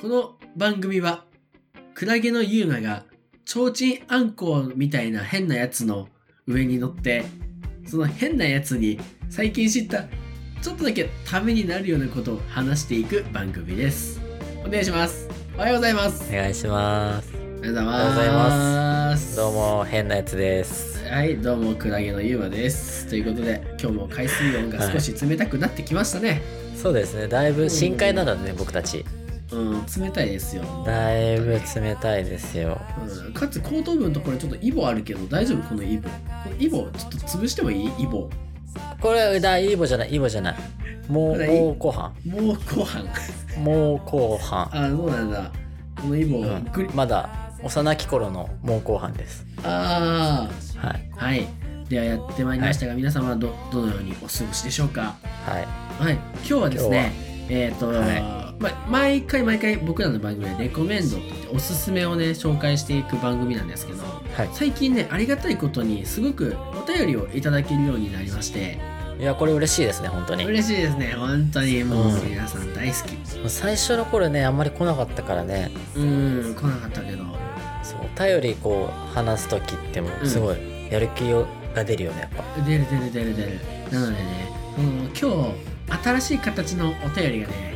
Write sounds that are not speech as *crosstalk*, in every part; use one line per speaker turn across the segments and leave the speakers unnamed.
この番組は、クラゲのユーナが、ちょうちんあんこみたいな変なやつの上に乗って、その変なやつに最近知った、ちょっとだけためになるようなことを話していく番組です。お願いします。おはようございます。
お願いします
おはようござい
おはようござい
ます。
どう。も変なやつです
はい、どうも、クラゲのユーマです。ということで、今日も海水温が少し冷たくなってきましたね。
そうですねだいぶ深海なのでね僕たち
うん、冷たいですよ。
だいぶ冷たいですよ
うん、かつ後頭部のところにちょっとイボあるけど大丈夫このイボこのイボちょっと潰してもいいイボ
これだイーボじゃないイーボじゃないもう
これ
もう後半
もう後半 *laughs*
もう後半
あそうなんだこのイボ、
うん
グリ
まだ幼き頃のもう後半です
あ
はい
あはいではやってまいりましたが、皆様はどどのようにお過ごしでしょうか
はい
はい今日はですねえっ、と、
は
ま毎回毎回僕らの番組でレコメンドって言っておすすめをね紹介していく番組なんですけど
は
最近ねありがたいことにすごくお便りをいただけるようになりまして
いいやこれ嬉しいですね本当にも
嬉しいですね本当にもう
うん
皆さん大好き
う最初の頃ねあんまり来なかったからね
うん、来なかったけど
そうお便りこう話す時っても
う
うんすごいやる気が出るよねやっぱ
出る出る出る出るなのでねもう今日新しい形のお便りがね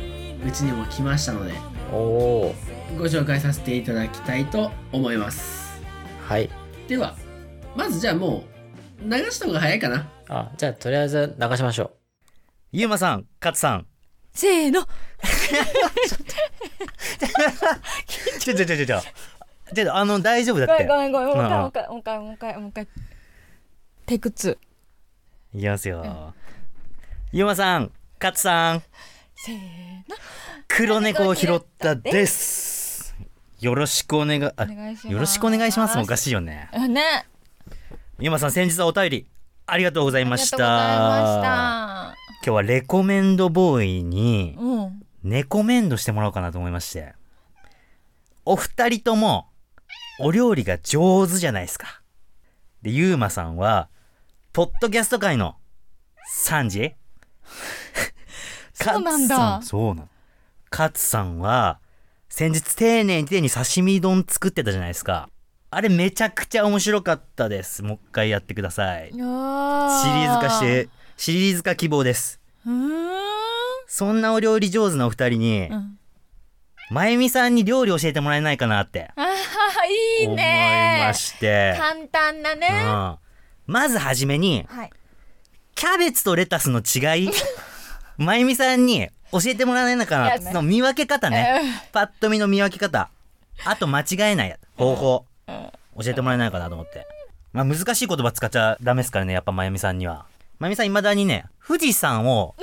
うちにも来ましたので
おお
ご紹介させていただきたいと思います
はい
ではまずじゃあもう流した方が早いかな
あじゃあとりあえず流しましょう
ゆうまさん、かつさん。
せーの
ちょちょちょちょちょ。ちょっとあの、大丈夫だ
ご
っ
めんご
て。
めんごめんもう
うん
一回もう一回もう一回もう一回もう一回テイク2
いきますよ。ゆうまさん、かつさん、
せーの
黒猫を拾ったです。よろしくお願い、あ
お願いします
よろしくお願いします。おかしいよね。
あね
ゆうまさん、先日はお便り、ありがとうござい
あ
ま
りが
し
と
た。
うござ
今日はレコメンドボーイに
いました、うん
ネコメンドしてもらおうかなと思いまして。お二人とも、お料理が上手じゃないですか。で、ゆうまさんは、ポッドキャスト界の3時
そうなんだ
かつさそうなの。かつさんは、先日丁寧に丁寧に刺身丼作ってたじゃないですか。あれめちゃくちゃ面白かったです。もう一回やってください。シ
シリ
リーズ化して、シリーズ化希望です。
うーん
そんなお料理上手なお二人に、
うん
まゆみさんに料理教えてもらえないかなって
あーいい
思いま
ね
して
簡単なね
うん、まずはじめに
はい
キャベツとレタスの違
*laughs*
いまゆみさんに教えてもらえないのかなっ
い
て
や
その見分け方ね
うん
パッと見の見分け方あと間違えない方法教えてもらえないかなと思って、まあ、難しい言葉使っちゃダメですからねやっぱまゆみさんにはまゆみさんいまだにね富士山
*laughs*
を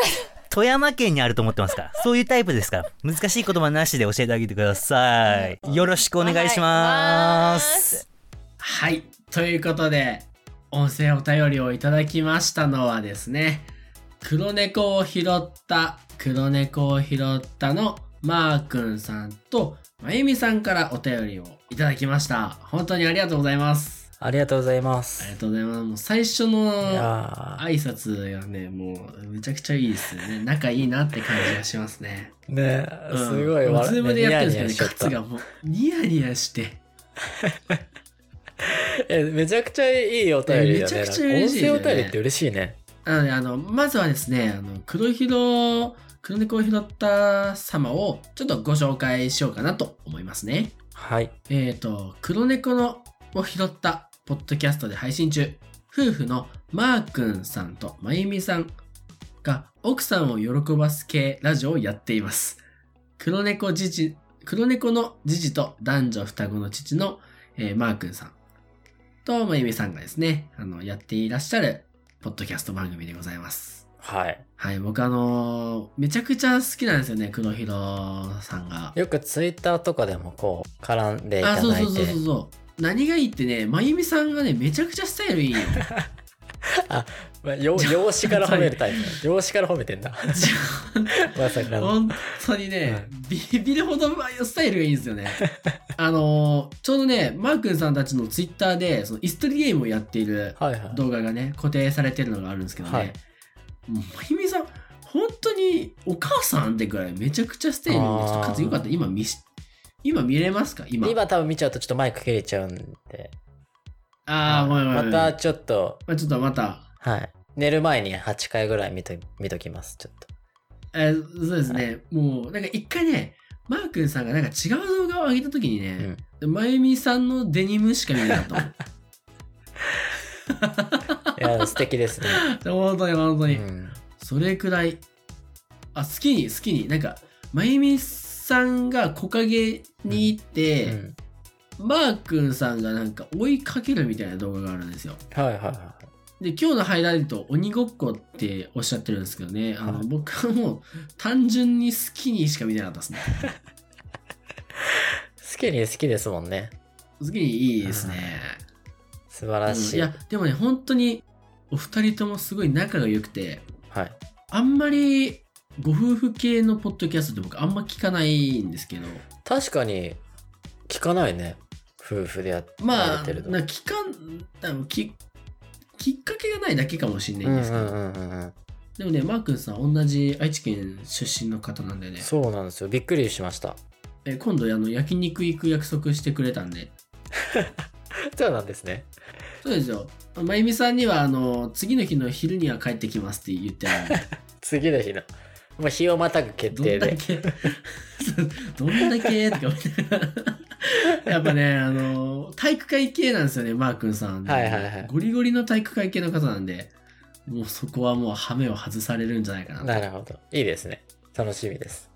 富山県にあると思ってますからそういうタイプですから難しい言葉なしで教えてあげてくださいよろしくお願いします、
はいということで音声お便りをいただきましたのはですね黒猫を拾った黒猫を拾ったのマー君さんとまゆみさんからお便りをいただきました本当にありがとうございます
ありがとうございま
あり
す
がとうございますもう最初
い
の
や
挨拶がねもうめちゃくちゃいいですよね仲いいなって感じがしますね、
ーね
うん、
すごい
もう
笑
ズームでやってるん
ねニヤニヤ
です
し
けど
ちゃっ
カ
た
ツがもうニヤニヤして
えめちゃくちゃいいお便りだね
めちゃくちゃ嬉しいですよね
なんか音声お便りって嬉しいね
なので、あの、まずはですね、あの、黒ひろ、黒猫を拾った様をちょっとご紹介しようかなと思いますね。
はい
えっ、と、黒猫のを拾ったポッドキャストで配信中、夫婦のマー君さんとまゆみさんが奥さんを喜ばす系ラジオをやっています。黒猫じじ、黒猫のじじと男女双子の父の、えーマー君さんとまゆみさんがですね、あの、やっていらっしゃるポッドキャスト番組でございます。
はい
はい、僕あのーめちゃくちゃ好きなんですよね、黒ひろさんが。
よくツイッターとかでもこう絡んでい
あ
た
そう
だ
そう
い
そう
て
そうそう何がいいってねまゆみさんがねめちゃくちゃスタイルいい
*laughs*
よ
まあよ容姿から褒めるタイプ容姿から褒めてんだまさかの
本当にね、ビビるほどスタイルがいいんですよね *laughs* あのーちょうどねマー君さんたちのツイッターでそのイストリゲームをやっている
はいはい
動画がね固定されてるのがあるんですけどね、
はい
もうまゆみさん本当にお母さんってくらいめちゃくちゃスタイルいい
あー
かつよかった今見し今見れますか今。
今多分見ちゃうとちょっとマイク切れちゃうんで。
ああ、ごめんごめんごめ
ま
ん。
たちょっと、
まあ、ちょっとまた、
はい。寝る前に8回ぐらい見と見ときます、ちょっと。
えーそうですね。もう、なんか一回ね、マー君さんがなんか違う動画を上げたときにね、まゆみさんのデニムしか見なかっ
いや、素敵ですね。
た。 *laughs*
*laughs*
本当に本当
う
に。
ん、
それくらい、あ、好きに好きに、なんか、まゆみさんが木陰に行っ
う
て、
ん
マー君さんがなんか追いかけるみたいな動画があるんですよ。
はいはいは
で、今日のハイライト、鬼ごっこっておっしゃってるんですけどね、あ
は
の、
い
僕はもう単純に好きにしか見なかったですね。
い。スケリー好きですもんね。
好きにいいですね。
素晴らし
うん
い。
やでもね本当にお二人ともすごい仲が良くて
はい。
あんまりご夫婦系のポッドキャストって僕あんま聞かないんですけど
確かに、聞かないね。夫婦でやって
まあ
てると。
な聞かん多分ききっかけがないだけかもしれないんですけど、
うんうんうんうんうん。
でもねマー君さん同じ愛知県出身の方なんでね
そうなんですよ。びっくりしま
*laughs*
した。
え今度あの焼肉行く約束してくれたんで
そうなんですね。
そうですよまゆみさんにはあの次の日の昼には帰ってきますって言ってあるんで
次の日の。もう日をまたぐ決
どん
定
だ
で。
け *laughs* どんだけとか思いながら *laughs* やっぱねあの体育会系なんですよねマー君さん、
はいはいはい
ゴリゴリの体育会系の方なんでもうそこはもうハメを外されるんじゃないかな
なるほど。いいですね。楽し
*laughs*
みです。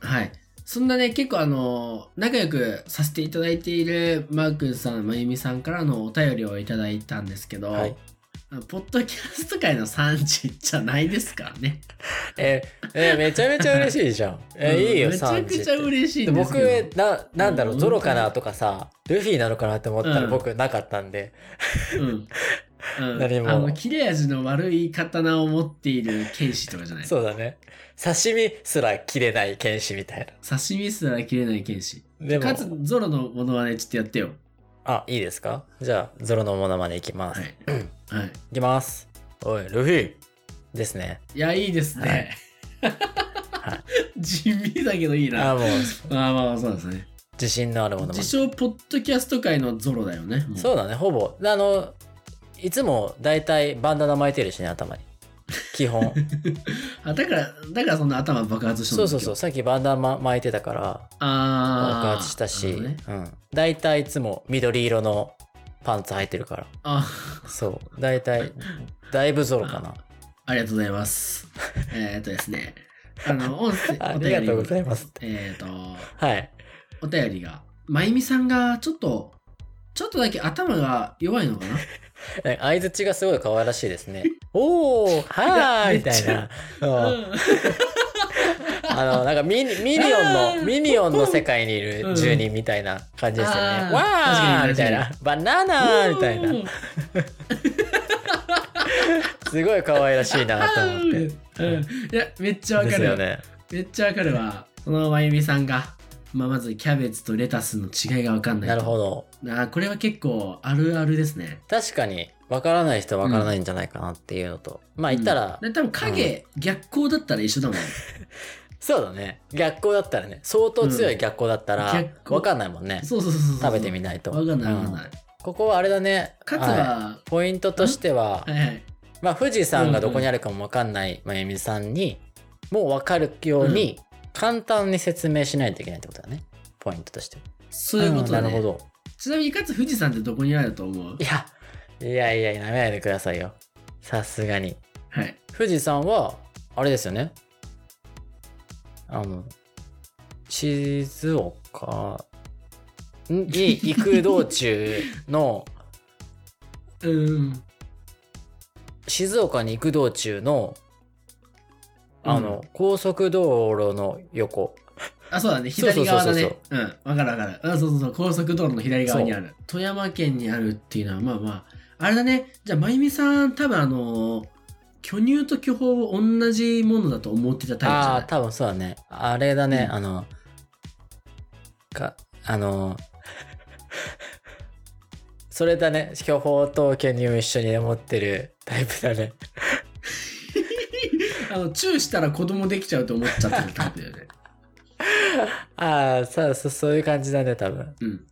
はいそんなね結構あの仲良くさせていただいているマー君さんまゆみさんからのお便りをいただいたんですけど、
はい
あのポッドキャスト界の産地じゃないですからね。
えーえーめちゃめちゃ嬉しいじゃ
*laughs*
ん。えーいいよ、
うんめち
サ
ゃ
ン
く
ジっ
ち
て
ゃ嬉しい
で
んです
僕
けど。
な、なんだろ
う
う、
ん
ゾロかなとかさ、ルフィなのかなって思ったら
うん
僕なかったんで、
うん。うん、
何も
あの切れ味の悪い刀を持っている剣士とかじゃない
そうだね。刺身すら切れない剣士みたい
刺身すら切れない剣士
な。でも
か、つゾロのものはねちょっとやってよ
あ、いいですかじゃあ、ゾロのモノマネいきます。、
はいい、はい、
きます。おい、ルフィですね。
いやいいですね、地味だけどいいな
あ
あ
ーもう、
まあまあそうですね
自信のあるモノマ
自
ネ。
称ポッドキャスト界のゾロだよねもう
そうだね、ほぼ。あの、いつも大体バンダナ巻いてるしね、頭に。基
*laughs*
本。
あだからだからそんな頭爆発したん
そ
だ
うそ
今
うそう、
日
さっきバンダナ巻いてたから、
ああ
爆発したし、
なるほどね
うん、大体いつも緑色のパンツ履いてるか
あ
らそう大体だいぶゾロかな
ありがとうございます。えーっとですね、あの、音声、
*laughs* あ
お便
りがとうご
り
ざいます
えーっと、
はい
お便りが、まゆみさんがちょっと、ちょっとだけ頭が弱いのかな
え相づちがすごい可愛らし
*laughs*
いですねおおはーいみたい
いや
なうんあのなんかミニミニ
あ
オン
ー
のミニオンの世界にいる住人みたいな感じですよね、
うん
わ
あ
ー
ー
みたいなバナナみたいなすごい可愛らしいなと思って
うんうんいや、めっちゃわ
で
か
す
る。
よね
めっちゃわかるわ。そのまゆみさんが、まあ、まずキャベツとレタスの違いがわかんない。
なるほど
ど。あーこれは結構あるあるですね。
確かに分からない人は分からないんじゃないかなっていうのと、まあ言ったら、
うんで多分影、逆光だったら一緒だも
*laughs*
ん。
そうだね逆光だったらね相当強い逆光だったら
うん逆光
分かんないもんね、
そうそうそうそう。
食べてみないと
わかんないわかん
う
ない。
ここはあれだね
かつ
はい
は、
ポイントとして
は
は、
いはい。
まあ、富士山がどこにあるかも分かんないまゆみさんにもう分かるように簡単に説明しないといけないってことだねポイントとしては
そういうことだ、
ん
ね、
なるほど
ちなみにかつ富士山ってどこにあると思う
いやいやいややめないでくださいよさすがに
はい。
富士山はあれですよねあの静岡に行く道中の
うん。
静岡に行く道中のあの、高速道路の横
あ、そうだね。左側だ
そ
ね
うそ
う
う。
ん。わかるわかる。あそうそうそう。高速道路の左側にある。富山県にあるっていうのは、まあまあ。あれだね。じゃあ、まゆみさん、多分あのー巨乳と巨峰を同じものだと思ってたタイプじゃ
あ
な
あ
い
多分そうだねあれだね、
うん
あのかあの *laughs* それだね巨峰と巨乳一緒に持ってるタイプ
*laughs*
だね
あの、チューしたら子供できちゃうと思っちゃってるタイプだよね。
ああ、そうそう、そういう感じだね、多分。
うん。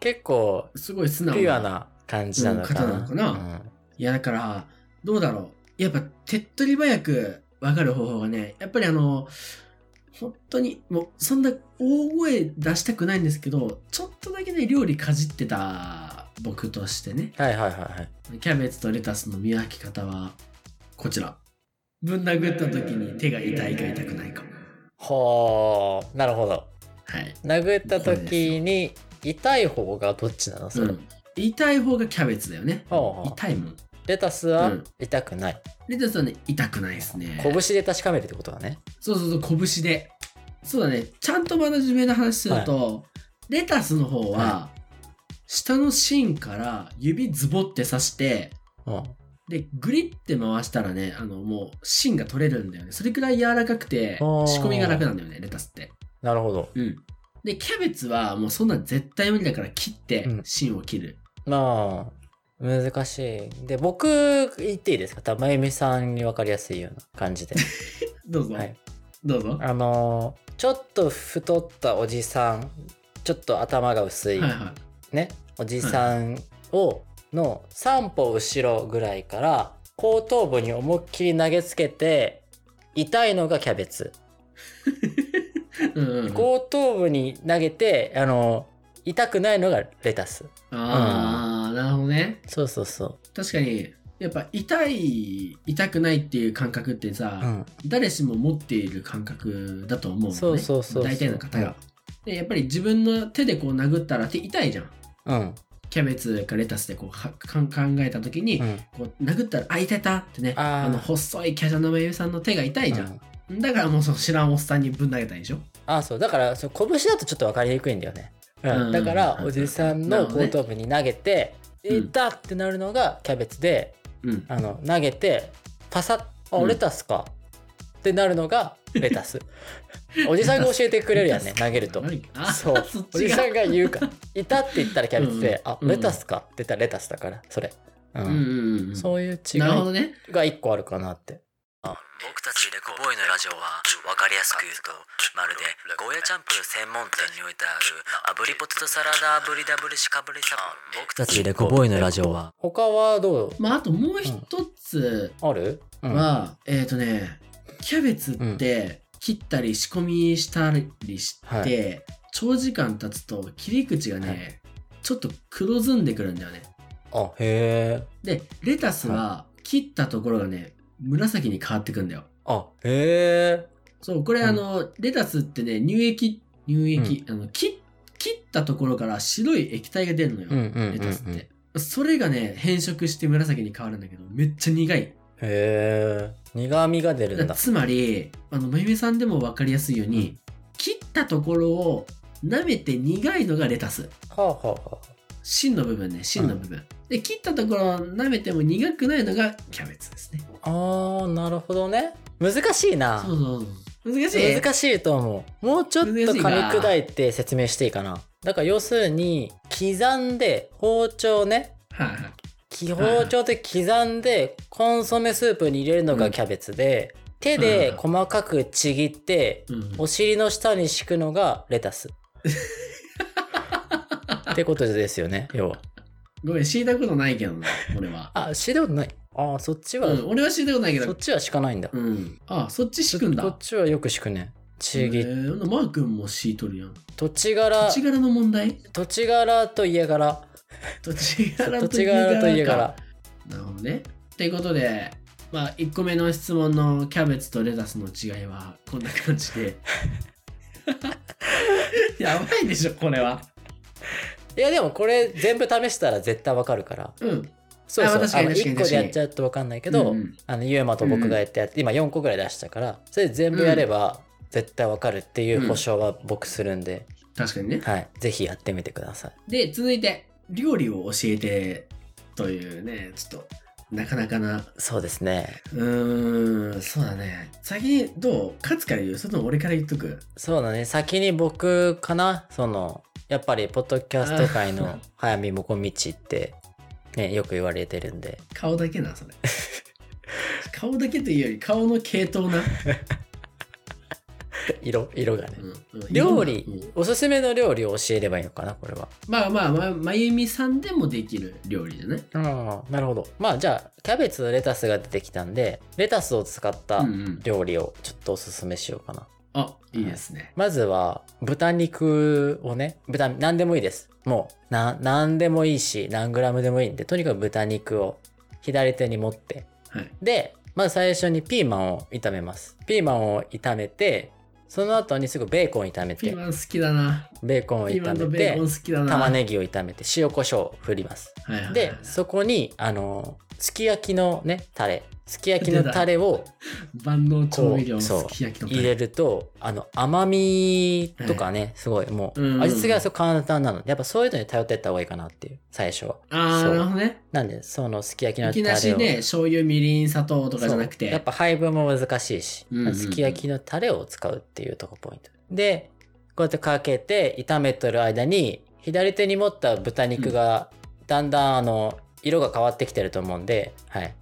結構、
すごい素直
ピュアな感じなのかな。
うん方なのかなないや、だから、どうだろう。やっぱ、手っ取り早く分かる方法がね、やっぱりあの、本当に、もう、そんな大声出したくないんですけど、ちょっとだけね、料理かじってた僕としてね、
はいはいはいはい。
キャベツとレタスの見分け方は、こちら。ぶん殴った時に手が痛いか痛くないか。
ほー、なるほど。
はい。
殴った時に、痛い方がどっちなのそれ。
うん痛い方がキャベツだよね。
ほうほう
痛いもん。
レタス
う
は
ん
痛くない。
レタスはね、痛くないですね。
拳で確かめるってことだね。
そうそうそう、拳で。そうだね、ちゃんと真面目な話すると、レタスの方は、
は
下の芯から指ズボって刺して、
うん。
で、グリって回したらね、あの、もう芯が取れるんだよね。それくらい柔らかくて、
あー
仕込みが楽なんだよね、レタスって。
なるほど。
うん。で、キャベツはもうそんなん絶対無理だから切って
うん
芯を切る。
まあ、難しい。で、僕、言っていいですかたまゆみさんに分かりやすいような感じで。
どうぞ、
はい。
どうぞ。は
あのーちょっと太ったおじさん、ちょっと頭が薄
い
い、
は
ね、おじさんを、の3歩後ろぐらいから、後頭部に思いっきり投げつけて、痛いのがキャベツ。
い。うんうんうん、
後頭部に投げて、あのー痛くないのがレタス。
ああ、なるほどね。
そうそうそ
確かにやっぱ痛い痛くないっていう感覚ってさ、
う。うん。
誰しも持っている感覚だと思うのね
そうそうそうそう
大体の方が、でやっぱり自分の手でこう殴ったら手痛いじゃん
うん。
キャベツかレタスでこうはかん考えた時に、
うん。
こう殴ったら「あ痛いた」ってね
あー
あの細いキャジャのめゆみさんの手が痛いじゃ
うん
ん、だからもうその知らんおっさんにぶん投げたいでしょ
あそうだからその拳だとちょっと分かりにくいんだよね、うん
うん
だからおじさんの後頭部に投げて「
うん
痛っ!」ってなるのがキャベツで
うん
あの投げてパサッ「
う
あ
ん
レタスか」ってなるのがレ
*laughs*
タスおじさんが教えてくれるやんね投げると
あ
そ
そううそっち
おじ
が
さんが言うから「痛」って言ったらキャベツで「
うん
あレタスか」って言ったらレタスだからそれ、うん
うんうんうん
そういう違い
なるほどね
が一個あるかなって。僕たちレコボーイのラジオは分かりやすく言うとまるでゴーヤチャンプル専門店に置いてある炙りポテトサラダ炙りダブルシカブリサ僕たちレコボーイのラジオは他はどう
まああともう一つ、
ある、うん、
は、えっ、ー、とねキャベツって切ったり仕込みしたりして、
は
長時間経つと切り口がね、
は
ちょっと黒ずんでくるんだよね
あへえ
でレタスは切ったところがね紫に変わってくんだよ
あへえ
そうこれ、
うん
あのレタスってね乳液乳液、あの切切ったところから白い液体が出るのよ、
うんうんうん、うん、
レタスって、
へ
それがね変色して紫に変わるんだけどめっちゃ苦い
え苦味が出るん
*laughs*
だ
つまりあのまゆみさんでも分かりやすいように、
うん
切ったところを舐めて苦いのがレタス
はあはあは
芯の部分ね芯の部分、で切ったところを舐めても苦くないのがキャベツですね
ああーなるほどね難しいな
そうそうそう難しい
難しいと思うもうちょっと噛
難し
み
いな
砕いて説明していいかなだから要するに刻んで包丁ね
はいはい
き包丁で刻んでコンソメスープに入れるの
う
が
ん
キャベツで、手
う
で
ん
細かくちぎって
うん
お尻の下に敷くのがレタスってことですよね要は
ごめん敷いたことないけどな俺
*laughs*
は、
あ知ったことないあそっちは、
うん、俺は敷いたことないけ
そ
ど
っちは敷かないんだ、
うんあそっち敷くんだ
こっちはよく敷くねちぎ、
えー、ほんなマー君も敷いとるやん
土地柄
土地柄の問題
土地柄と家柄
土地柄
土
と
地
家柄
柄と
か
家柄
なるほどね。ということで、まあ、1個目の質問のキャベツとレタスの違いはこんな感じで。 *laughs* やばいでしょ、これは。
いやでもこれ全部試したら絶対わかるから
うん。
そうそう
あ確かに
あの
確かに
1個でやっちゃうとわかんないけど、
うんうん
あのユーマと僕がやってやって、今4個ぐらい出したからそれ全部やれば絶対わかるっていう保証は僕するんで、
確かにね。
はいぜひやってみてください
で、続いて、料理を教えてというね、ちょっと、なかなかな。
そうですね
うーん、そうだね。先にどう勝つから言うそれとも俺から言っとく
そうだね先に僕かなそのやっぱりポッドキャスト界の早見もこみちって、ね、よく言われてるん *laughs* で
顔だけな、 *laughs* それ。顔だけというより、顔の系統な。
色色がね
うんうん
料
うん
理おすすめの料理を教えればいいのかなこれは
まあまあまあまゆみさんでもできる料理じゃない
ああなるほどまあじゃあキャベツとレタスが出てきたんでレタスを使った
うんうん
料理をちょっとおすすめしようかな
あいいですね
まずは豚肉をね豚何でもいいですもうな何でもいいし何グラムでもいいんでとにかく豚肉を左手に持って
はい
で、まず最初にピーマンを炒めます。ピーマンを炒めて、その後にすぐベーコンを炒め
ピ
て
ー、マン好きだな
ベーコンを
ピーマン
炒
と
め
ベー
て
コン、好きだな
玉ねぎを炒めて、塩コショウを振ります。
はいはいはい
で、そこに、あの、すき焼きのね、タレ、すき焼きのタレを
万能調味料の
こうそ
す
う
き焼きとか
入れると、あの、甘みとかね、すごいも
うんうんう
う、
ん
味付けがすごい簡単なので、やっぱそういうのに頼っていった方がいいかなっていう、最初は。
ああ
そう
なるほどね
なんで、そのすき焼き
い
のタ
き
レを。
なしね醤油みりん砂糖とかじゃなくて
そうやっぱ配分も難しいし、
うんうんうん
すき焼きのタレを使うっていうとこポイントでこうやってかけて炒めてる間に左手に持った豚肉がだんだんあの色が変わってきてると思うんで、はい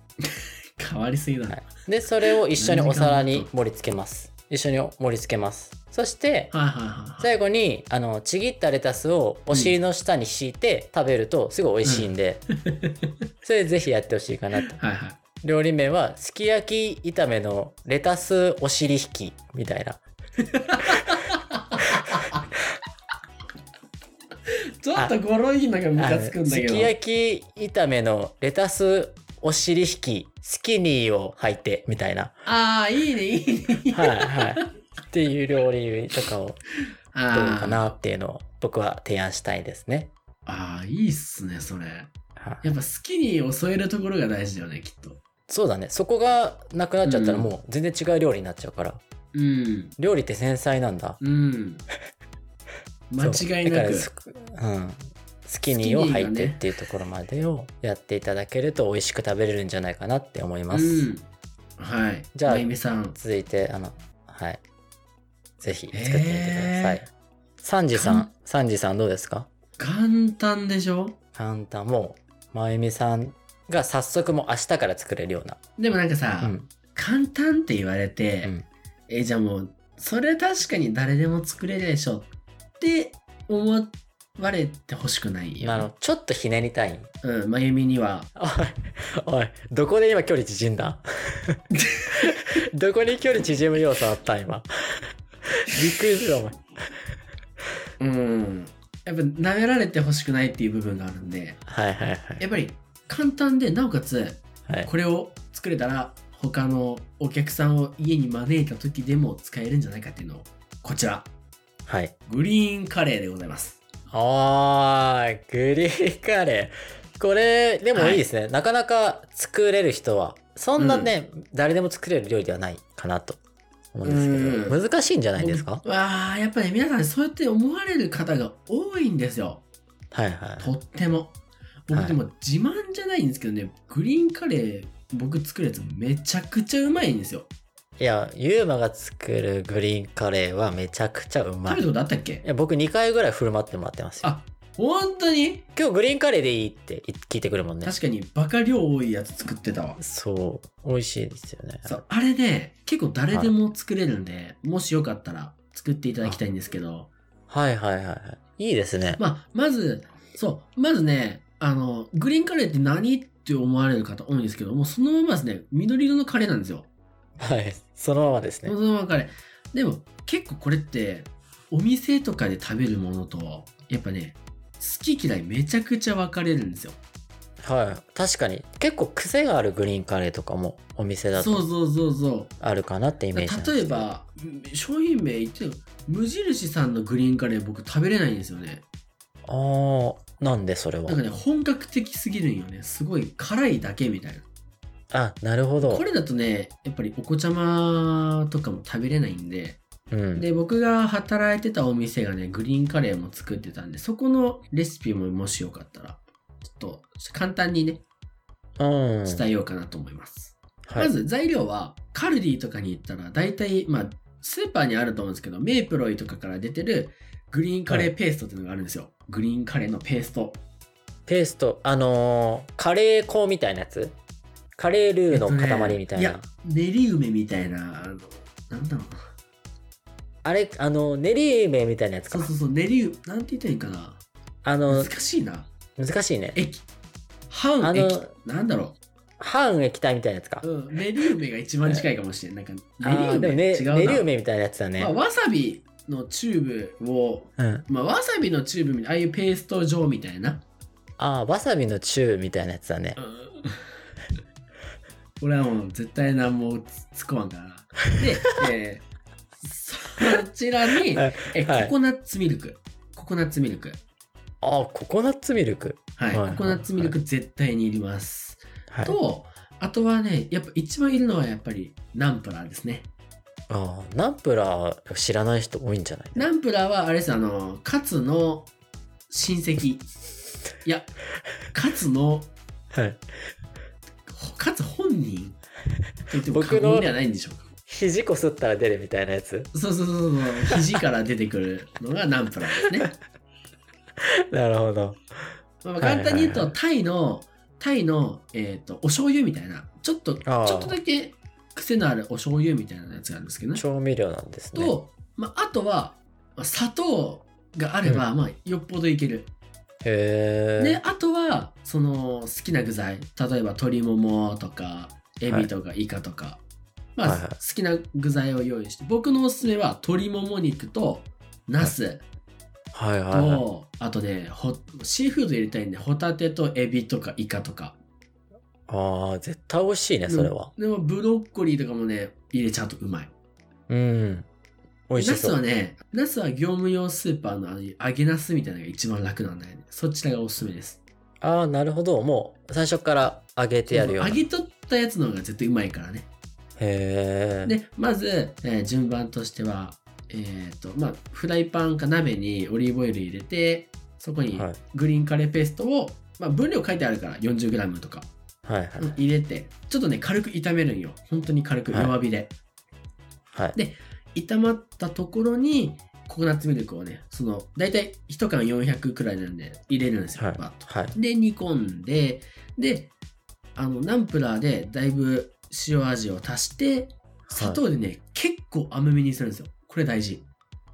変わりすぎだ
は、
ない
でそれを一緒にお皿に盛り付けます一緒に盛り付けますそして
はいはいはいはい
最後にあのちぎったレタスをお尻の下に敷いて食べるとすごい美味しいんで、それぜひやってほしいかなと
はいはい
料理名はすき焼き炒めのレタスお尻引きみたいな
ちょっと語呂いいのがムカつくんだけど
すき焼き炒めのレタスお尻引きスキニーを履いてみたいな
ああいいねいいねいいね
はいはいっていう料理とかをどうか
あー
なっていうのを僕は提案したいですね
あーいいっすねそれ
はい
やっぱ好きに添えるところが大事だよねきっと
そうだねそこがなくなっちゃったら
うん
もう全然違う料理になっちゃうから
うん
料理って繊細なんだ
うん間違いなく
そうだからすうん、スキニーを履いてっていうところまでをやっていただけると美味しく食べれるんじゃないかなって思います、
うんはい
じゃあ
まゆみさん
続いてあのはいぜひ作ってみてください、サンジさ
か
ん
ん
サンジさんどうですか
簡単でしょ
簡単もうまゆみさんが早速もう明日から作れるような、
でもなんかさ、
うん
簡単って言われて、
うん
えじゃあもうそれ確かに誰でも作れるでしょって思われてほしくないよ
あのちょっとひねりたい
うん、まゆみには
おいおいどこで今距離縮んだ *laughs* どこに距離縮む要素あった今びっくりするお前
うんやっぱ舐められてほしくないっていう部分があるんで
はいはいはい
やっぱり簡単でなおかつ
はい
これを作れたら他のお客さんを家に招いた時でも使えるんじゃないかっていうのをこちら
はい。
グリーンカレーでございます
あー、グリーンカレー。これ、でもいいですね。なかなか作れる人は、そんなね、誰でも作れる料理ではないかなと思うんですけ
う
ど、難しいんじゃないですか
僕わあやっぱね皆さんそうやって思われる方が多いんですよ
はいはい。
とっても僕
はい
でも自慢じゃないんですけどね、グリーンカレー僕作るやつめちゃくちゃうまいんですよ
いや、ユーマが作るグリーンカレーはめちゃくちゃうま
食
い。
べたこ
い
とあったっけ
や、僕2回ぐらい振る舞ってもらってますよ。
あ本当に
今日グリーンカレーでいいって聞いてくるもんね。
確かにバカ量多いやつ作ってたわ
そう。美味しいですよね。
そうあれね結構誰でも作れるんで、もしよかったら作っていただきたいんですけど
はいはいはいはい。いいですね。
まあ、まず、そう、まずね、あの、グリーンカレーって何って思われる方多いんですけど、もうそのままですね、緑色のカレーなんですよ。
はい。そのままですね
そ。のままカレー。でも、結構これって、お店とかで食べるものと、やっぱね、好き嫌いめちゃくちゃ分かれるんですよ。
はい、確かに結構癖があるグリーンカレーとかもお店だ
そう
と
そうそうそう。
あるかなってイメージなんです
例えば、商品名言ってよ無印さんのグリーンカレー僕食べれないんですよね。
あーなんでそれは
なんかね、本格的すぎるんよね。すごい辛いだけみたいな。
あなるほど
これだとねやっぱりお子ちゃまとかも食べれないんで
うん、
で僕が働いてたお店がねグリーンカレーも作ってたんでそこのレシピももしよかったらちょっと簡単にね
うん
伝えようかなと思います、
はい、
まず材料はカルディとかに行ったら大体まあスーパーにあると思うんですけどメープロイとかから出てるグリーンカレーペーストっていうのがあるんですよ、グリーンカレーのペースト
ペーストあのーカレー粉みたいなやつカレールーの塊みたいな、
えっとねや練り梅みたいなあのなんだろうな
あれ、あの、練り梅みたいなやつ
そ
か
う
な
そ。うそう練りうなんて言ったらいいかな
あの
難、しいな
難しいね。
液半
あ
液
の
なんだろ
半液体みたいなやつか
う、。うん、練り梅が一番近いかもしれないなんか
あ
練
ー
り
でも
梅、
ね
違うな
練り梅みたいなやつだね
まあ、。わさびのチューブを
うん。
まあ、わさびのチューブみたいなああいうペースト状みたいな、
ああ、わさびのチューみたいなやつだね。
俺はもう絶対何もつ突っ込まんからなで、えーそちらに
はい
え
はい
ココナッツミルクココナッツミルク
ああ、ココナッツミルク。
はい、
はい
ココナッツミルク絶対にいります、
はい。
とあとはねやっぱ一番いるのはやっぱりナンプラーですね
ああ、ナンプラー知らない人多いんじゃない
ナンプラーはあれですあのカツの親戚いやカツの
はい。
かつ本人と言っても
僕
過
の
言ではないんでしょうか
肘こすったら出るみたいな
*laughs*
やつ。
そうそうそうそう肘から出てくるのがナンプラーですね、
なるほど。
まあまあ、簡単に言う
は
と
い
タイのタイの、えー、とお醤油みたいなちょっとち
あー
ょっとだけ癖のあるお醤油みたいなやつがあるんですけどね
調味料なんですね。
と、まあ、あとはまあ砂糖があれば、まあ、よっぽどいける、
へ
で
え。
あとはその好きな具材例えば鶏ももとかエビとかイカとか、まあ、
はいはい
好きな具材を用意して僕のおすすめは鶏もも肉とナス
はいはい
と、
はい。
あとねほシーフード入れたいんでホタテとエビとかイカとか
ああ、絶対美味しいね、それは。
でもブロッコリーとかもね入れちゃうとうまい
うん。美味
ナ
し
ス
そう。
はねナスは業務用スーパーのあの揚げナスみたいなのが一番楽なんだよねそちらがおすすめです
ああ、なるほど。もう、最初から揚げてやるよう
揚
な。へ
げ取ったやつの方が絶対うまいからね
え。
でまず、えー順番としてはえっ、とまあフライパンか鍋にオリーブオイル入れてそこに
はい
グリーンカレーペーストを、まあ、分量書いてあるから 40g とか
はいはい。
入れてちょっとね軽く炒めるんよ本当に軽く
はい
弱火で、
はい。
炒まったところにココナッツミルクをねその大体1缶400くらいなんで入れるんですよ、
はい
バッと
はい。
で煮込んでであのナンプラーでだいぶ塩味を足して砂糖でね、結構甘めにするんですよこれ大事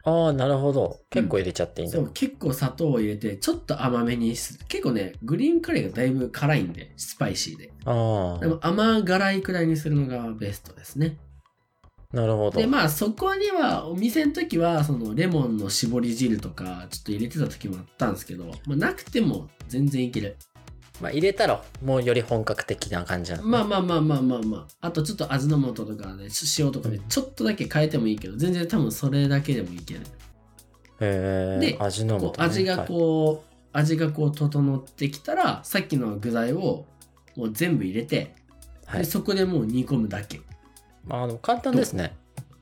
ああ、なるほど。結構入れちゃっていいんだ。
そう結構砂糖を入れてちょっと甘めにする結構ねグリーンカレーがだいぶ辛いんでスパイシーで
あ
でも甘辛いくらいにするのがベストですね
あ、なるほど。
でまあそこにはお店の時はそのレモンの絞り汁とかちょっと入れてた時もあったんですけど、まあ、なくても全然いける
まあ、入れたら、もうより本格的な感じなのね
まあまあまあまあまあまああとちょっと味の素とかねし塩とかでちょっとだけ変えてもいいけど全然多分それだけでもいける
へえ
で。
味の素
こ
ね。
う味がこう味がこう整ってきたらさっきの具材をもう全部入れて
はい。は
で
い。
そこでもう煮込むだけ
まあ、あの、簡単ですね。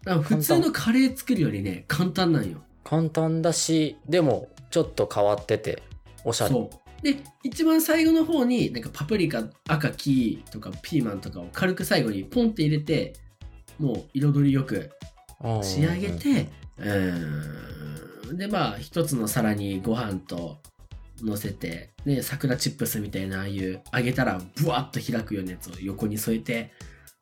だから普通のカレー作るよりね簡単なんよ
簡単だし、でも、ちょっと変わってて、おしゃれ。
そうで一番最後の方になんかパプリカ赤キーとかピーマンとかを軽く最後にポンって入れてもう彩りよく
うん
仕上げてうーんでまあ一つの皿にご飯と乗せてで桜チップスみたいなああいう揚げたらブワッと開くようなやつを横に添えて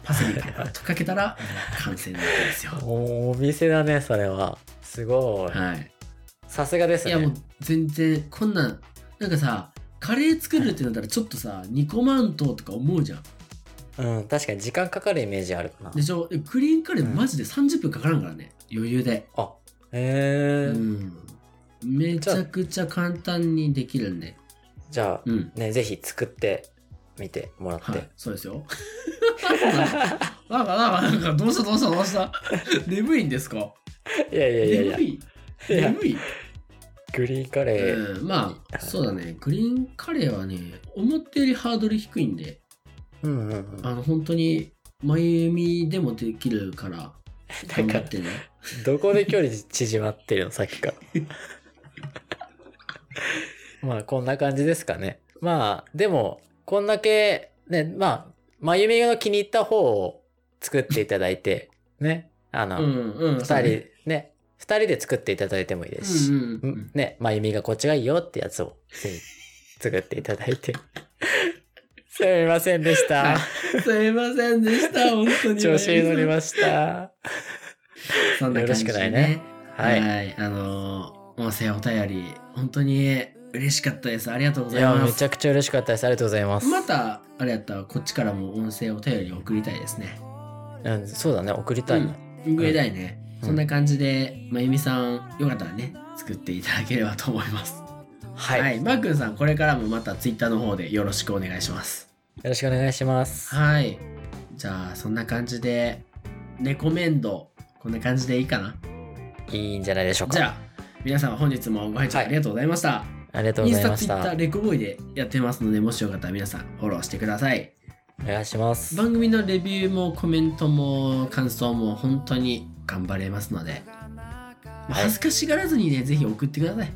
パセリパラッとかけた *laughs* ら完成なんです *laughs* よ。
おお店だね、それは。すごい。
はい
さすがです
い
ね。
やもう全然こんなんなんかさカレー作るってなったらちょっとさ煮込まんととか思うじゃん
うん、確かに時間かかるイメージあるかな。
でしょでグリーンカレー
うん
マジで30分かからんからね余裕で
あ、
う
へえ、
んめちゃくちゃ簡単にできるんで
じゃあ、
うん
ね、ぜひ作ってみてもらって。
はいそうですよなんかなんかなんかどうしたどうしたどうした眠いんですか
い、やいやいやいや
眠い
いや
眠い、
グリーンカレー。
うんまあそうだねグリーンカレーはね思ったよりハードル低いんで
うんうんうん。
あの本当にマイアミでもできるから
な
頑
ん
張
か
っ、てね。
どこで距離縮まってるの、さっきから。 *laughs* まあ、こんな感じですかね。まあ、でも、こんだけ、ね、まあ、まゆみの気に入った方を作っていただいて、ね、あの、
んう
二人、ね、二人で作っていただいてもいいですし、
うんうんうん。
ね、まゆみがこっちがいいよってやつをぜひ作っていただいて。すみませんでした。
すいませんでした、本当に。
調子に乗りました。
そんな感じで
よろしくないね。
は、
はいい。
あのー音声お便り、本当に嬉しかったです。ありがとうご
い
ざい
や、
ま
め
す
ち。ゃくちゃ嬉しかったです。ありがとうございます。
また、あれやったら、こっちからも音声お便り送りたいですね。
うん、そうだね、送りたいな。
うん、送りたいね。
うん
そんな感じで、まゆみさん、よかったらね、作っていただければと思います。
はい、
は
よ
い、マー君さん、これからもまたツイッターの方でよろしくお願いします。
ろしくお願いします。
はい。じゃあ、そんな感じで、レコメンド、こんな感じでいいかな。
いいんじゃないでしょうか。
じゃあ、皆さん本日もご拝聴ありがとうございました。
あ、りがとう
イ
ご
ンス
ざい
タ、
ま
ツイ
し
ッタ
た
ー、。レコボーイでやってますので、もしよかったら皆さんフォローしてください。
お願いします。
番組のレビューもコメントも感想も本当に頑張れますので、まあ
はい
恥ずかしがらずにね、ぜひ送ってください。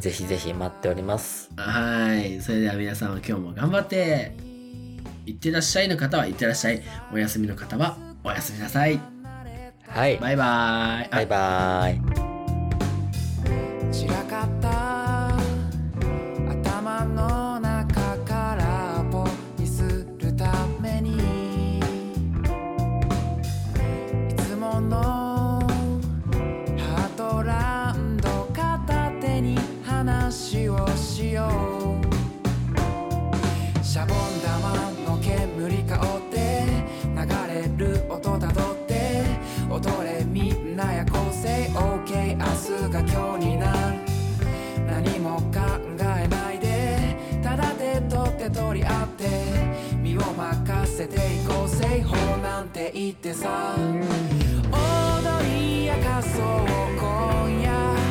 ぜひぜひ待っております。
はい。それでは皆さんは今日も頑張って、いってらっしゃいの方はいってらっしゃい。お休みの方はおやすみなさい。
はい。
バイバイ。
バイバーイ。
散らかった頭の中からアポにするためにいつものハートランド片手に話をしようシャボン玉の煙香って流れる音たどって踊れみんなや構成 OK 明日が今日になる何も考えないでただ手取って取り合って身を任せていこう正方なんて言ってさ踊り明かそう今夜